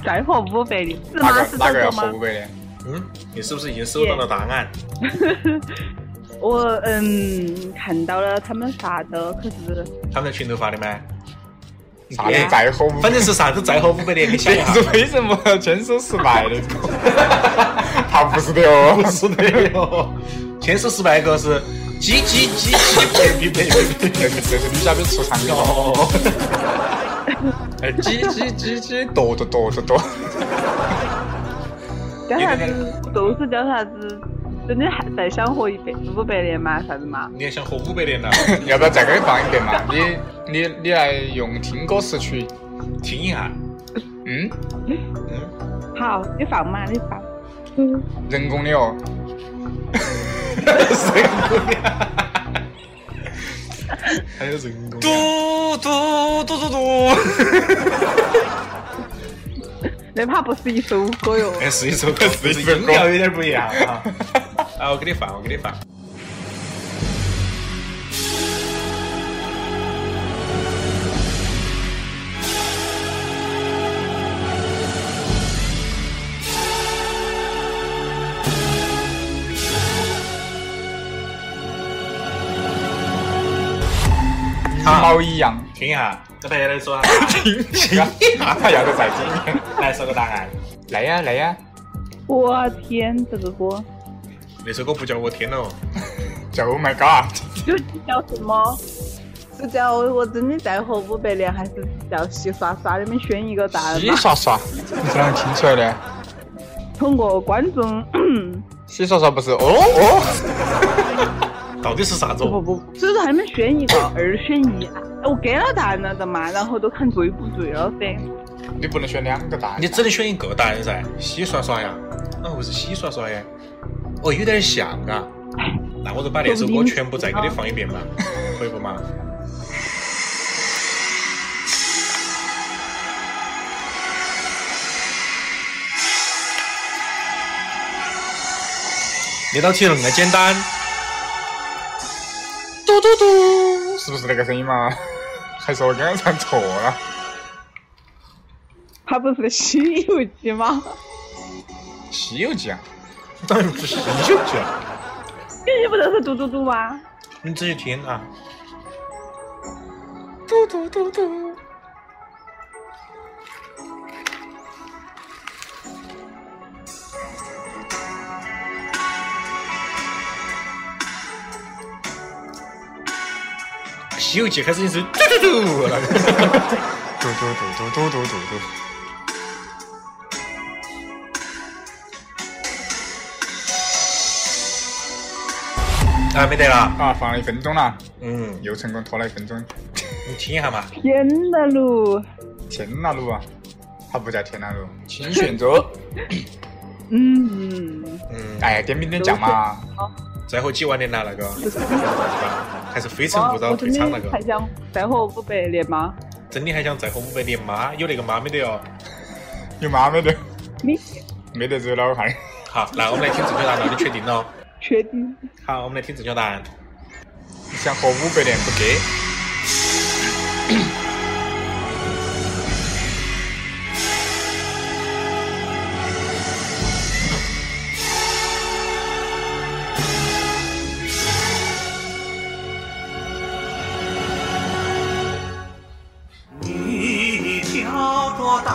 Speaker 10: 再活湖北的是
Speaker 2: 哪
Speaker 10: 吗？
Speaker 2: 个
Speaker 10: 是
Speaker 2: 哪个
Speaker 10: 这
Speaker 2: 要
Speaker 10: 个吗
Speaker 2: 湖？北的？
Speaker 1: 嗯，你是不是已经收到了答案？
Speaker 10: 我嗯看到了他们发的，可是
Speaker 1: 他们在群头发的吗？
Speaker 2: 啥子在乎？
Speaker 1: 反 正是啊啥子在乎五百年，你想一
Speaker 2: 这
Speaker 1: 下
Speaker 2: 是。为什么牵手失 败的歌？他不是的哦，不是的
Speaker 1: 哟，牵手失败个是鸡鸡鸡鸡呸呸呸呸呸
Speaker 2: 这是这是女嘉宾出场的哦。
Speaker 1: 哦，
Speaker 2: 哎，叽叽叽叽，哆哆哆哆哆。
Speaker 10: 叫啥子？就是叫啥子？真的还再想活一百五百年嘛？啥子嘛？
Speaker 1: 你还想活五百年呢？
Speaker 2: 要不要再给你放一遍嘛？你你你来用听歌识曲。
Speaker 1: 听一下，
Speaker 2: 嗯，
Speaker 10: 好，你放嘛，你放。嗯，
Speaker 2: 人工的哦，
Speaker 1: 还有人 工。
Speaker 11: 嘟嘟嘟嘟嘟，
Speaker 10: 那怕不是一首歌哟。
Speaker 1: 哎，是一首歌，是一首歌，音调有点不一样啊。啊，我给你放，我给你放。
Speaker 2: 一
Speaker 1: 啊
Speaker 2: 毛一样。
Speaker 1: 听一下，给大家来说下。听一下，
Speaker 2: 他要得再听。
Speaker 1: 来说个答案。
Speaker 2: 来呀来呀，
Speaker 10: 我天，这个歌
Speaker 1: 那首歌不叫我天喽，
Speaker 2: 叫 Oh my God，
Speaker 10: 究竟叫什么？是叫我真的在活五百年，还是叫洗刷刷？你们选一个答案
Speaker 2: 洗
Speaker 10: 吧。
Speaker 2: 刷刷，你咋能听出来呢？
Speaker 10: 通过观众，
Speaker 2: 洗刷刷不是哦哦，
Speaker 1: 到底是啥子？
Speaker 10: 不不不，所以说他们选一个，二选一。哎我给了答案了的嘛，然后都看对不对了噻。
Speaker 2: 你不能选两个答案
Speaker 1: 你。只能选一个答案噻，洗刷刷呀。啊，我是洗刷刷呀。哦，有点像啊。那我就把那首歌全部再给你放一遍吧，可以不嘛？那道题那么简单，
Speaker 2: 嘟嘟嘟，是不是那个声音嘛？还是我刚刚唱错了？
Speaker 10: 它不是《西游记》吗？
Speaker 2: 《西游记》啊，
Speaker 1: 当然不是西游记啊了。
Speaker 10: 这不都是嘟嘟嘟吗？
Speaker 1: 你仔细听啊，
Speaker 6: 嘟嘟嘟嘟，
Speaker 1: 《西游记》开始就是嘟嘟嘟那个。
Speaker 2: 嘟嘟嘟嘟嘟嘟嘟嘟，
Speaker 1: 啊，没得了。
Speaker 2: 啊，放了一分钟了，
Speaker 1: 嗯，
Speaker 2: 又成功拖了一分钟。
Speaker 1: 你听一下嘛。
Speaker 10: 天呐路，
Speaker 2: 天南路啊，它不叫天南路，请选择。
Speaker 10: 嗯，
Speaker 1: 嗯，
Speaker 2: 哎呀，点评点酱嘛，
Speaker 1: 再活几万年了那个，
Speaker 10: 就是
Speaker 1: 还是非诚
Speaker 10: 我
Speaker 1: 勿扰
Speaker 10: 我
Speaker 1: 退
Speaker 10: 真
Speaker 1: 场那
Speaker 10: 的
Speaker 1: 个
Speaker 10: 还。想再活五百年吗？
Speaker 1: 真的还想再活五百年吗？有那个妈没得哦。
Speaker 2: 有妈没得？
Speaker 10: 你
Speaker 2: 没得惹老汉儿。
Speaker 1: 好，那我们来听正确答案，你确定了？
Speaker 10: 确定？
Speaker 1: 好，我们来听正确答案。
Speaker 2: 想活五百年不给，
Speaker 8: 你挑着担，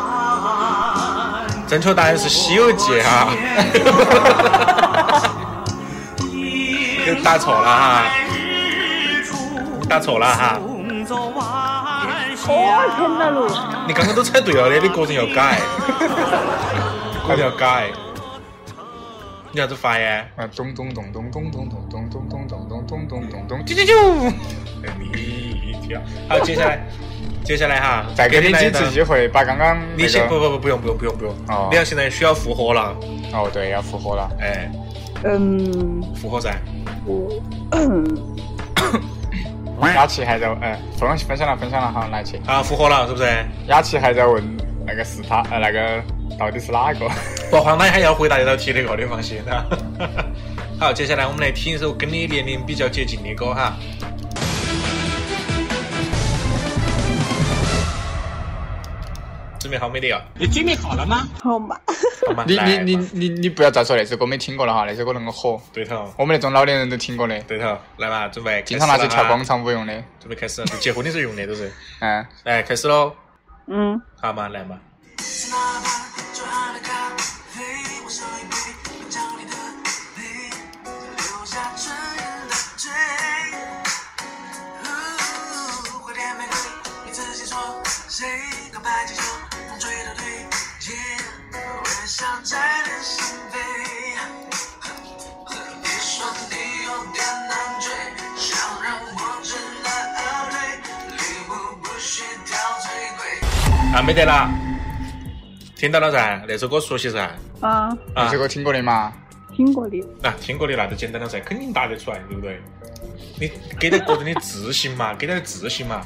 Speaker 1: 正确答案是《西游记》哈，又答错了哈，答错了哈。
Speaker 10: 哦，天呐路，
Speaker 1: 你刚刚都猜对了的，你个人要改，个人要改。你啥子发呀？
Speaker 2: 啊，咚咚咚咚咚咚咚咚咚咚咚咚咚咚咚咚，
Speaker 1: 啾啾啾！你跳。好，接下来，接下来哈，
Speaker 2: 再给你
Speaker 1: 来一
Speaker 2: 几
Speaker 1: 段
Speaker 2: 次机会，把刚刚
Speaker 1: 你
Speaker 2: 那
Speaker 1: 先不
Speaker 2: 个
Speaker 1: 不不不用不用不用不用，
Speaker 2: 哦
Speaker 1: 你要现在需要复活了，
Speaker 2: 哦，对，要复活了，
Speaker 1: 哎，
Speaker 10: 嗯，
Speaker 1: 复活噻，
Speaker 10: 我
Speaker 2: 雅琪还在问，嗯，分分享了分享了，好，来起，
Speaker 1: 啊，复活了是不是？
Speaker 2: 雅琪还在问那个是他，呃，那个到底是哪个？
Speaker 1: 不慌，他还要回答这道题的个，你放心 哈。好，接下来我们来听一首跟你年龄比较接近的歌哈。准备好没得啊？
Speaker 11: 你准备好了吗？
Speaker 10: 好嘛，
Speaker 1: 好吗？
Speaker 2: 你
Speaker 1: 来吧
Speaker 2: 你你你你不要再说那首歌没听过了哈，那首歌恁个火，
Speaker 1: 对头
Speaker 2: 我们那种老年人都听过的，
Speaker 1: 对头，来吧，准备
Speaker 2: 经常拿去跳广
Speaker 1: 光，
Speaker 2: 场舞用的，
Speaker 1: 啊准备开始，就结婚的时候用的都是。
Speaker 2: 嗯，
Speaker 1: 来，开始喽，
Speaker 10: 嗯，
Speaker 1: 好嘛，来嘛。啊，没得啦，听听到了噻，那首歌熟悉噻，
Speaker 10: 啊，
Speaker 1: 啊，
Speaker 2: 这个听过的嘛？
Speaker 10: 听过的。
Speaker 1: 那、听过的那就简单了噻，肯定答得出来，对不对？你给点个人的自信嘛， 给点自信嘛。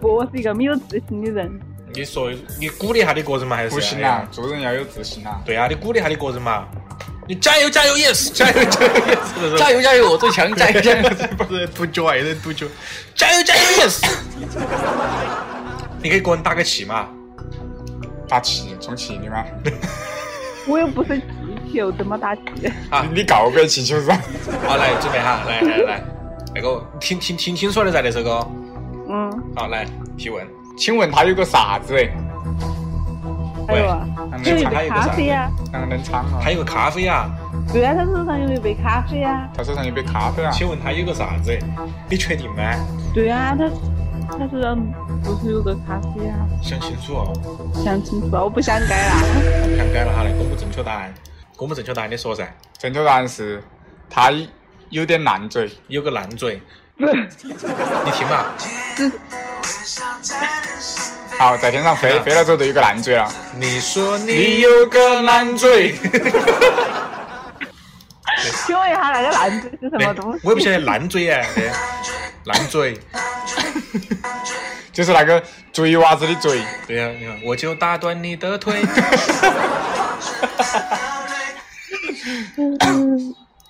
Speaker 10: 不，我是一个没有自信的人。
Speaker 1: 你说你鼓励一下你个人嘛，还是啊
Speaker 2: 不行啦，做人要有自信啦。
Speaker 1: 对啊，你鼓励一下你个人嘛。你加油加油 yes 加油加油 yes
Speaker 2: 加油加油我最强加油加油
Speaker 1: 不是赌脚还是赌脚加油加油 yes 你给个人打个气嘛
Speaker 2: 打气充气的嘛
Speaker 10: 我又不是气球，怎么打气？
Speaker 1: 啊
Speaker 2: 你告别气球噻
Speaker 1: 好来准备哈来来来那个听听听清楚了噻那首歌
Speaker 10: 嗯，
Speaker 1: 好来提问
Speaker 2: 请问他有个啥子哎
Speaker 10: 还有啊，
Speaker 1: 喂
Speaker 10: 有一
Speaker 1: 还
Speaker 10: 杯
Speaker 1: 有个啥
Speaker 10: 咖啡呀、
Speaker 2: 能能唱吗
Speaker 1: 还有个咖啡啊
Speaker 10: 对啊，他手上有一杯咖啡呀、
Speaker 2: 他手上有杯咖啡啊
Speaker 1: 请问他有个啥子你确定吗
Speaker 10: 对啊，他他手上不是有个咖啡啊呀、
Speaker 1: 想清楚哦
Speaker 10: 想清楚吧，我不想改啦。
Speaker 1: 想改了哈来公布正确答案公布正确答案你说噻
Speaker 2: 正确答案是他有点烂嘴
Speaker 1: 有个烂嘴你听 嘛
Speaker 2: 好在天上飞
Speaker 1: 啊
Speaker 2: 飞了之后就有个烂嘴了
Speaker 1: 你说
Speaker 2: 你有个烂嘴
Speaker 10: 请问一下，那个烂嘴是什
Speaker 2: 哎
Speaker 10: 么东西？
Speaker 1: 我也不晓得烂嘴哎哎烂嘴
Speaker 2: 就是那个嘴娃子的嘴
Speaker 1: 对呀、你看，我就打断你的腿，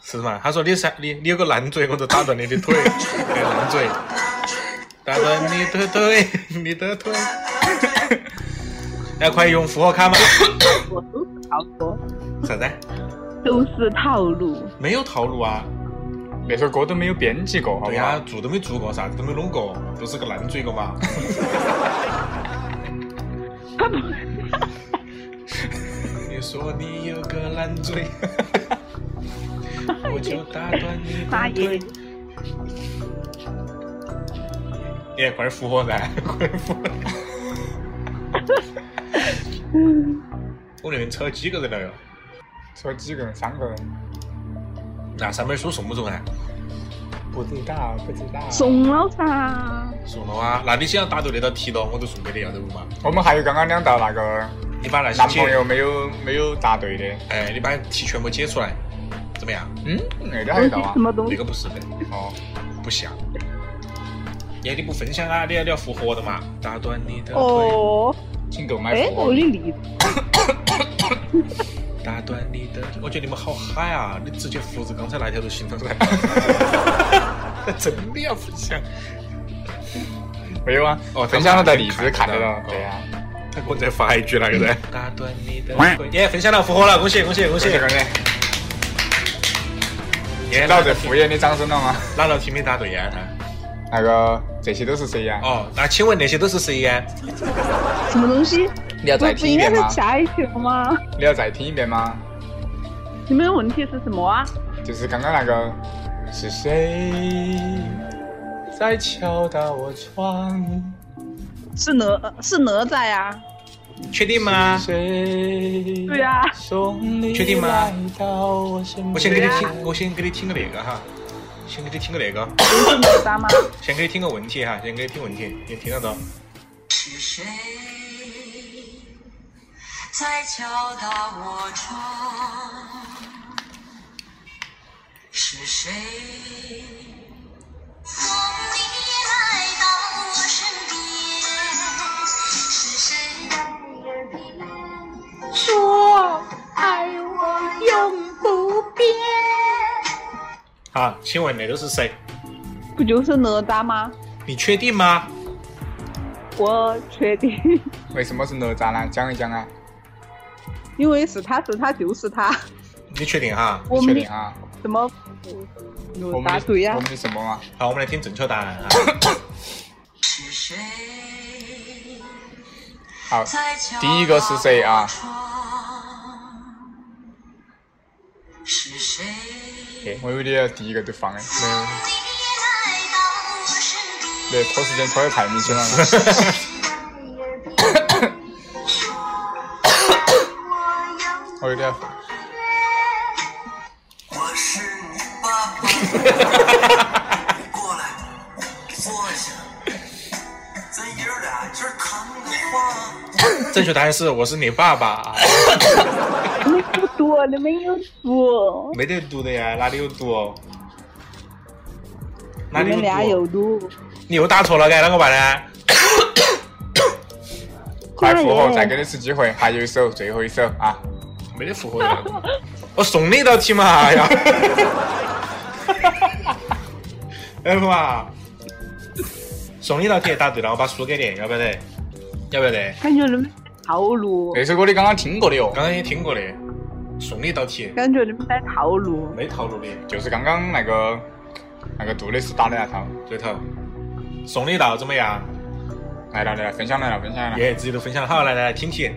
Speaker 1: 是嘛？他说你三你你有个烂嘴，我就打断你的腿，哎，烂嘴，打断你的腿，你的腿。来，快用复合卡嘛？
Speaker 10: 我都是套路，
Speaker 1: 啥子？
Speaker 10: 都是套路。
Speaker 1: 没有套路啊？
Speaker 2: 那首歌都没有编辑过好
Speaker 1: 对啊
Speaker 2: 不
Speaker 1: 呀、
Speaker 2: 好
Speaker 1: 做都没做过，啥子都没弄过，就是个烂嘴哥 嘛。你说你有个烂 嘴，我就打断你
Speaker 10: 大
Speaker 1: 的
Speaker 10: 爷
Speaker 1: 腿。，你哎快点复活 噻，快点复活！我那边抽几个人了哟？
Speaker 2: 说几个人三个人
Speaker 1: 那三本书送不送啊？
Speaker 2: 不知道不知道
Speaker 10: 怂了噻。
Speaker 1: 送了啊！那你想要答对那道题咯，我就送给你，要得不嘛？
Speaker 2: 我们还有刚刚两道那个
Speaker 1: 你把那些
Speaker 2: 男
Speaker 1: 解
Speaker 2: 朋友没有没有答对的，
Speaker 1: 哎，你把题全部解出来，怎么样？
Speaker 2: 嗯，那个还有一道啊
Speaker 10: 嗯什，么东
Speaker 1: 那
Speaker 10: 西
Speaker 1: 个？不是的，
Speaker 2: 哦，
Speaker 1: 不像。哎，你不分享啊？你要你要复活的嘛？打断你的腿，
Speaker 10: 哦，
Speaker 2: 请购买
Speaker 10: 哎，
Speaker 2: 复
Speaker 10: 我
Speaker 2: 活
Speaker 10: 的例子，
Speaker 1: 打断你的。我觉得你们好嗨啊！你直接复制刚才那条就行了噻。 真的要分享？
Speaker 2: 没有啊？
Speaker 1: 哦
Speaker 2: 分享了在荔枝看得
Speaker 1: 他
Speaker 2: 到
Speaker 1: 们，哦
Speaker 2: 对啊呀，
Speaker 1: 他可能在发一句那个人。打断你的腿。耶，分享了，复活了，恭喜恭喜恭喜！
Speaker 2: 这个人
Speaker 1: 耶，
Speaker 2: 听到这敷衍的掌声了吗？
Speaker 1: 哪道题没答对呀？
Speaker 2: 啊那个这些都是谁呀？
Speaker 1: 哦，那请问那些都是谁呀？
Speaker 10: 什么东西？
Speaker 2: 你要
Speaker 10: 不
Speaker 2: 再
Speaker 10: 不
Speaker 2: 听一
Speaker 10: 应该
Speaker 2: 遍
Speaker 10: 是
Speaker 2: 吗？
Speaker 10: 下一题吗？
Speaker 2: 你要再听一遍吗？
Speaker 10: 你们的问题是什么啊？
Speaker 2: 就是刚刚那个是谁在敲打我窗？
Speaker 10: 是哪是哪吒呀？
Speaker 1: 确定吗？
Speaker 2: 谁？
Speaker 10: 对啊呀
Speaker 2: 送你
Speaker 1: 确定吗
Speaker 2: 来到我身边
Speaker 1: 我先给你听，我先给你听个那个哈，先给你听个那个，
Speaker 10: 是哪吒吗？
Speaker 1: 先给你听个问题哈，先给你听问题，你听得到？
Speaker 5: 是谁在敲打我窗？是谁送你来到我身边？是谁在耳边说爱我永不变？
Speaker 1: 好，请问那都是谁？
Speaker 10: 不就是哪吒吗？
Speaker 1: 你确定吗？
Speaker 10: 我确定，
Speaker 2: 为什么是哪吒呢？讲一讲啊，
Speaker 10: 因为是他是他就是他，
Speaker 1: 你确定哈？
Speaker 10: 我
Speaker 2: 确
Speaker 10: 们
Speaker 2: 定啊？
Speaker 10: 怎么
Speaker 2: 我
Speaker 10: 哪
Speaker 2: 们
Speaker 10: 吒对
Speaker 2: 的
Speaker 10: 呀
Speaker 2: 我？们的什么嘛？啊
Speaker 1: 好，我们来听正确答案啊。
Speaker 5: 是谁
Speaker 2: 好，
Speaker 5: 在敲
Speaker 2: 第一个是谁啊？
Speaker 5: 窗？是谁？
Speaker 2: 我以为你要第一个就放哎，
Speaker 5: 你来到我身边，
Speaker 2: 那拖时间拖得太明显了。 我有点
Speaker 11: 我是你爸爸，你过来，坐下，咱爷俩今儿谈个话。
Speaker 1: 正确答案是我是你爸爸，
Speaker 10: 你不读，你没有读，
Speaker 1: 没得读的呀，哪里有读哦？哪
Speaker 10: 你
Speaker 1: 里有
Speaker 10: 们
Speaker 1: 读？
Speaker 10: 俩
Speaker 1: 哦
Speaker 10: 有读。
Speaker 1: 你又打错了，该啷个办呢？
Speaker 2: 快复活，再给你次机会，还有一首，最后一首啊！
Speaker 1: 没得复活的，我送你一道题嘛，哎呀，哎嘛，送你一道题，答对了，我把书给你，要不要得？要不要得？
Speaker 10: 感觉你们套路，
Speaker 1: 首歌你刚刚听过的哟，刚刚也听过的，送你一道题，
Speaker 10: 感觉你们在套路。
Speaker 1: 没套路的，
Speaker 2: 就是刚刚那个那个杜蕾斯打的那套，
Speaker 1: 对头，送你一道怎么样？
Speaker 2: 来了来了，分享来了分享来了，
Speaker 1: 耶，自己都分享好，来来来听题。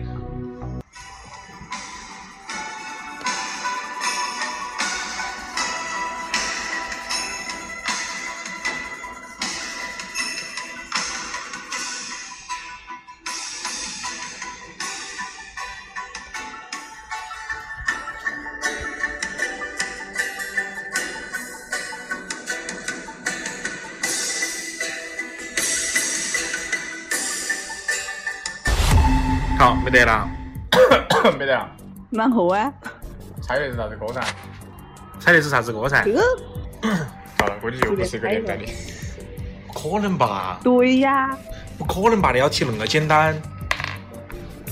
Speaker 1: 好，没得 了，
Speaker 2: 没得了，
Speaker 10: 然后啊，
Speaker 2: 猜的是啥子歌噻？
Speaker 1: 猜的是啥子歌噻
Speaker 10: 这？个
Speaker 2: 好了，估计又呃不是一个年代的。
Speaker 1: 可能吧，
Speaker 10: 对哎呀，
Speaker 1: 不可能吧？那道题恁个简单，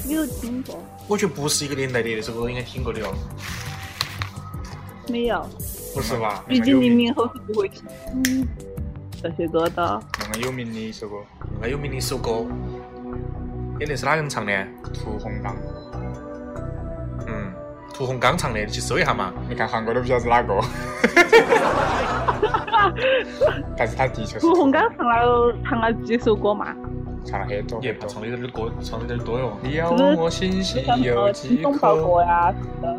Speaker 10: 你有哦听过
Speaker 1: 我觉得不是一个年代的，这首歌应该听过的哦，
Speaker 10: 没有？
Speaker 1: 不是吧？
Speaker 10: 毕竟零零后是不会听嗯这些歌的。
Speaker 2: 那么有名的一首歌，
Speaker 1: 那么有名的一首歌，演的是哪个人唱的？
Speaker 2: 屠洪刚。
Speaker 1: 嗯，屠洪刚唱的，你去搜一下嘛。
Speaker 2: 你看韩国都不晓得是哪 个，但是他的确是
Speaker 10: 屠洪刚唱了唱了几首歌嘛？
Speaker 2: 唱了很多。
Speaker 1: 也怕唱的有点歌，唱的有点多哟。
Speaker 2: 你
Speaker 10: 是
Speaker 2: 要
Speaker 10: 不是
Speaker 2: 我信心
Speaker 10: 像什
Speaker 2: 有
Speaker 10: 么
Speaker 2: 几
Speaker 10: 青松宝
Speaker 2: 颗，
Speaker 10: 果呀什么的？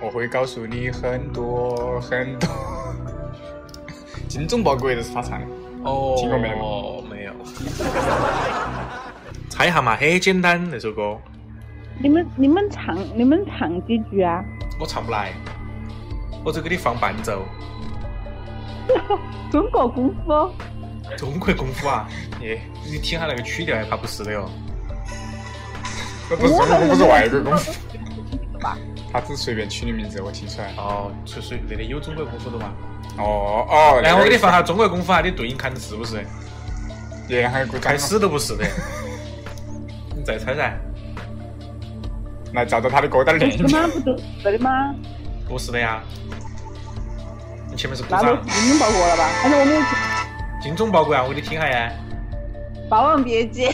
Speaker 2: 我会告诉你很多很多。 精忠报国也是他唱的，
Speaker 1: 哦，
Speaker 2: 听过没有
Speaker 1: 没有。 猜一下嘛，很简单那首歌，
Speaker 10: 你们你们唱你们唱几句啊？
Speaker 1: 我唱不来，我只给你放伴奏。
Speaker 10: 中国功夫，
Speaker 1: 中国功夫啊， 耶！你听下那个曲调，还怕不是的哟。
Speaker 2: 那不是我不是外国功夫，
Speaker 10: 吧？
Speaker 2: 他只是随便取的名字，我听出来。
Speaker 1: 哦，所以那里有中国功夫的嘛？
Speaker 2: 哦哦，
Speaker 1: 来，我给你放下
Speaker 2: 《
Speaker 1: 中国功夫啊，你对应看是不是？
Speaker 2: 沿海鼓掌
Speaker 1: 开始都不 是的。你再猜噻，
Speaker 2: 来照着他的歌单念一
Speaker 10: 你
Speaker 2: 遍。
Speaker 10: 们不都是的吗？
Speaker 1: 不是的呀。你前面是鼓
Speaker 10: 那都
Speaker 1: 掌
Speaker 10: 是，精忠报国了吧？反正我没有听《
Speaker 1: 精忠报国啊，我给你听下呀。
Speaker 10: 霸王别姬》，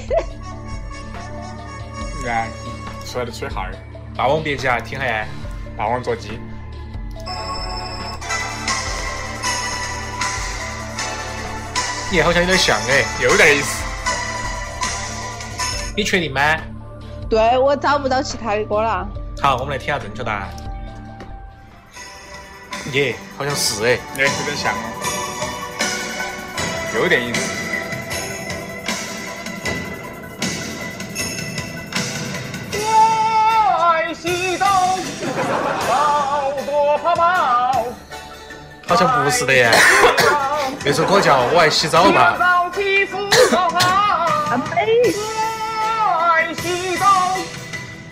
Speaker 2: 你看，出来的吹号儿，
Speaker 1: 霸王别姬啊，听下呀。
Speaker 2: 霸王捉鸡。
Speaker 1: 耶，好像有点像哎，
Speaker 2: 有点意思。
Speaker 1: 你确定吗？
Speaker 10: 对我找不到其他的歌了。
Speaker 1: 好，我们来听下正确答案。耶，好像是哎。
Speaker 2: 哎，有点像哦，有点意思。
Speaker 1: 哎
Speaker 5: 在西东，好多泡泡。
Speaker 1: 好像不是的呀。那首歌叫《我爱洗澡吧》。
Speaker 5: 早起不好
Speaker 10: 哎
Speaker 5: 汗，在西东，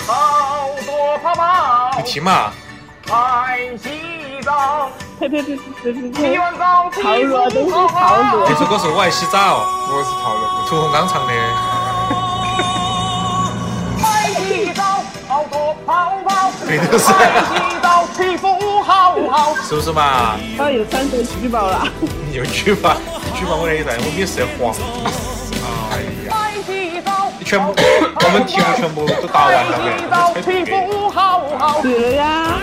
Speaker 5: 好多泡泡
Speaker 1: 你。听嘛，
Speaker 5: 在西东，
Speaker 10: 呸呸呸呸呸
Speaker 5: 洗
Speaker 10: 呸！
Speaker 5: 完澡起
Speaker 10: 套路啊都
Speaker 5: 不
Speaker 10: 是
Speaker 5: 好
Speaker 10: 套
Speaker 5: 汗
Speaker 10: 路。
Speaker 1: 那首歌是《我爱洗澡》，
Speaker 2: 我是套路，
Speaker 1: 哦屠洪刚唱的。
Speaker 5: 在西东，好多泡泡。
Speaker 1: 对的是
Speaker 5: 在西东，皮肤好好。
Speaker 1: 是不是嘛？
Speaker 10: 啊，有三个举报了。
Speaker 1: 你就举报，举报我那一站，我也是黄。哎呀，
Speaker 5: 在西东，
Speaker 1: 你全部，我们题目全部都答完了，
Speaker 5: 在西
Speaker 1: 我
Speaker 5: 东，
Speaker 1: 们猜
Speaker 5: 皮
Speaker 1: 对的。
Speaker 5: 肤好好。
Speaker 10: 对了呀，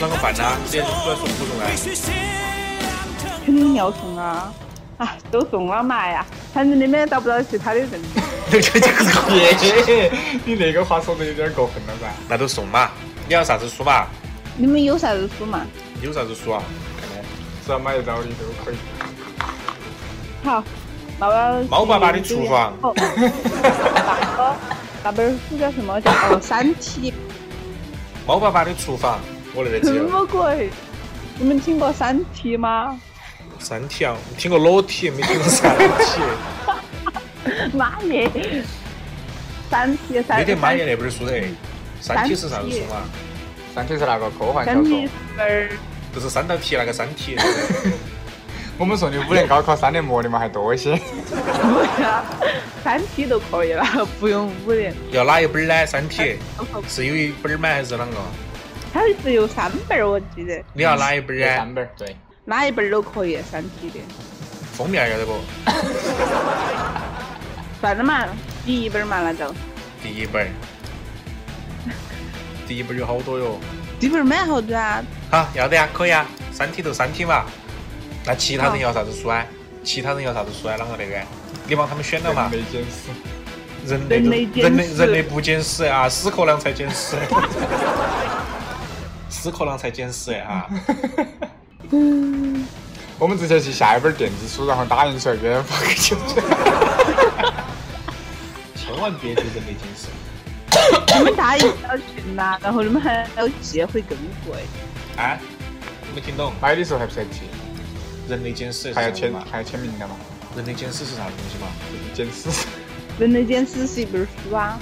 Speaker 1: 那啷个办呢？连出来 送不送啊？
Speaker 10: 肯定要送啊！啊，都送了嘛呀，反正你们也找不到其他的人。
Speaker 1: 那个
Speaker 2: 耶，你那个话说的有点过分了噻。
Speaker 1: 那都送嘛。你要啥子书嘛？
Speaker 10: 你们有啥子书嘛？
Speaker 1: 有啥子书啊？看看
Speaker 2: 只要买得到的都可以。
Speaker 10: 好，那我
Speaker 1: 猫爸爸的厨房
Speaker 10: 好哦那个那本书叫什么？叫哦《三 体
Speaker 1: 《猫爸爸的厨房》，我那边》。
Speaker 10: 什
Speaker 1: 只有《
Speaker 10: 么鬼？你们听过《三体》吗？
Speaker 1: 三体》啊， 我听过裸体，没听过三体。
Speaker 10: 妈耶！三体三
Speaker 1: 没得马爷那本书得，三体是啥子书啊嘛？
Speaker 2: 三体是那个科幻小说
Speaker 10: 三体。二
Speaker 1: 不是三道题那个三体，
Speaker 2: 我们说你五年高考三年模拟嘛，还多一些。
Speaker 10: 不要，啊 三体都可以了，不用五年。
Speaker 1: 要哪一本呢？三体是有一本吗？还是啷个？
Speaker 10: 它是有三本儿，我记得
Speaker 1: 你要哪一本呢？三
Speaker 2: 本，对。
Speaker 10: 哪一本儿都可以，三体的。
Speaker 1: 封面要得不？
Speaker 10: 算了嘛，第一本儿嘛那就，
Speaker 1: 第一 本儿，第一本儿有好多哟。
Speaker 10: 第一本儿蛮好的啊，
Speaker 1: 好，要得呀，可以啊，三体就三体嘛。那其他人要啥子书啊？其他人要啥子书啊？啷个那个？你帮他们选了嘛？
Speaker 2: 人类简史。
Speaker 1: 人类
Speaker 10: 人类
Speaker 1: 人类
Speaker 10: 简史
Speaker 1: 人类不捡屎啊，屎壳郎才捡屎。屎壳郎才捡屎啊！
Speaker 2: 我们直接去下一本电子书，然后打印出来给他发给就
Speaker 1: 千万别读人类简史。
Speaker 10: 你们答应要群呐， 然后你们还要借会更贵。
Speaker 1: 啊？没听懂？
Speaker 2: 买的时候还不是去？
Speaker 1: 人类简史
Speaker 2: 还要
Speaker 1: 是什
Speaker 2: 签
Speaker 1: 么嘛？
Speaker 2: 还要签名的嘛？
Speaker 1: 人类简史是啥东西嘛？
Speaker 2: 就是简史。
Speaker 10: 人类简史是一本书啊，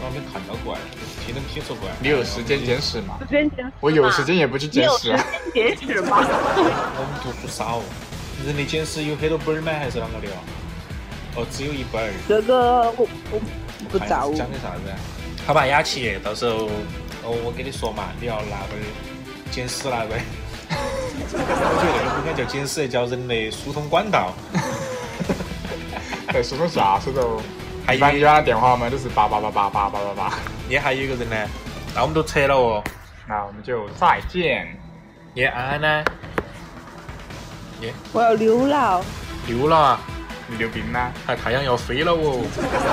Speaker 1: 我没看到过哎，听都没听说过哎。
Speaker 2: 你有时间简史吗？
Speaker 10: 时间简史嘛
Speaker 2: 我有时间也不去捡屎啊
Speaker 10: 你有时间简史吗？
Speaker 1: 我们读书少，人类简史有很多本儿吗？还是啷个的哦？哦，只有一本儿。
Speaker 10: 这个我我不
Speaker 2: 哎
Speaker 1: 看
Speaker 10: 造
Speaker 1: 是，讲的啥子啊？好吧，雅琪，到时候哦，我跟你说嘛，你要拿本儿简史拿本儿。我觉得那个不应该叫简史，叫人类疏通管道。
Speaker 2: 在书中下手头，
Speaker 1: 还
Speaker 2: 一般你打电话嘛都是八八八八八八八八。
Speaker 1: 也还有一个人呢，那我们都撤了哦。
Speaker 2: 那我们就再见。
Speaker 1: 耶，安安呢？耶，
Speaker 10: 我要溜了，
Speaker 1: 溜了啊！
Speaker 2: 你溜冰啦？
Speaker 1: 哎，太阳要飞了哦，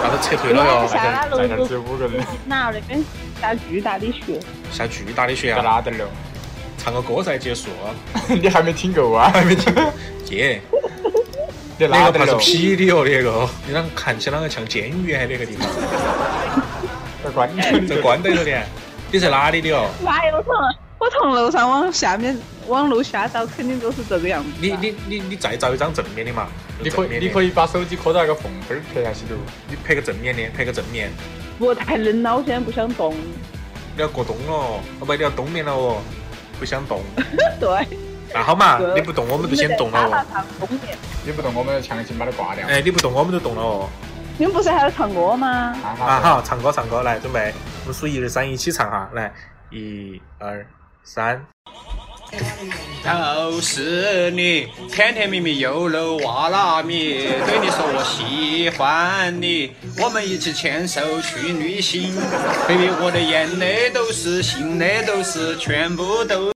Speaker 1: 那都撤退
Speaker 10: 我
Speaker 1: 了
Speaker 10: 要
Speaker 1: 哟。
Speaker 10: 下那
Speaker 2: 在
Speaker 10: 楼
Speaker 2: 这儿只有五个 人，
Speaker 10: 那那边下巨大的雪，
Speaker 1: 下巨大的雪
Speaker 2: 在
Speaker 1: 啊！
Speaker 2: 哪点儿
Speaker 1: 唱个歌才结束。哦
Speaker 2: 喽？ 你还没听够啊？还没听 够？
Speaker 1: 耶，
Speaker 2: 你
Speaker 1: 那
Speaker 2: 哪
Speaker 1: 个怕
Speaker 2: 点儿
Speaker 1: 是
Speaker 2: 喽？
Speaker 1: 痞的哦，那个，你啷个看起啷个像监狱还那个地方？
Speaker 2: 在关
Speaker 1: 在关灯了的，你在哪里的哦？
Speaker 10: 哪有从我从楼上往下面往楼下找，肯定都是这个样子。啊
Speaker 1: 你你你你再照一张正面的嘛？
Speaker 2: 你可以你可
Speaker 1: 以，
Speaker 2: 以把手机磕到那个缝缝儿拍下去的。
Speaker 1: 你拍个正面的，拍个正面。
Speaker 10: 我太冷了，我现在不想 动。
Speaker 1: 你要过冬了哦，哦不，你要冬眠了哦，不想动。
Speaker 10: 对，
Speaker 1: 那好 嘛，啊你不动我
Speaker 10: 我
Speaker 1: 们就先动 了
Speaker 10: 打
Speaker 1: 哦。
Speaker 10: 打上风面。
Speaker 2: 你不动，我们强行把它挂掉。
Speaker 1: 哎，你不动我们就动了哦。
Speaker 10: 你们不是还要唱歌吗？
Speaker 2: 啊
Speaker 1: 啊
Speaker 2: 好，
Speaker 1: 好，唱歌唱歌，来准备，我们数一二三一起唱哈，来，一二三。
Speaker 12: 都是你，甜甜蜜蜜又搂娃拉米，对你说我喜欢你，我们一起牵手去旅行。baby，我的眼泪都是，心泪都是，全部都。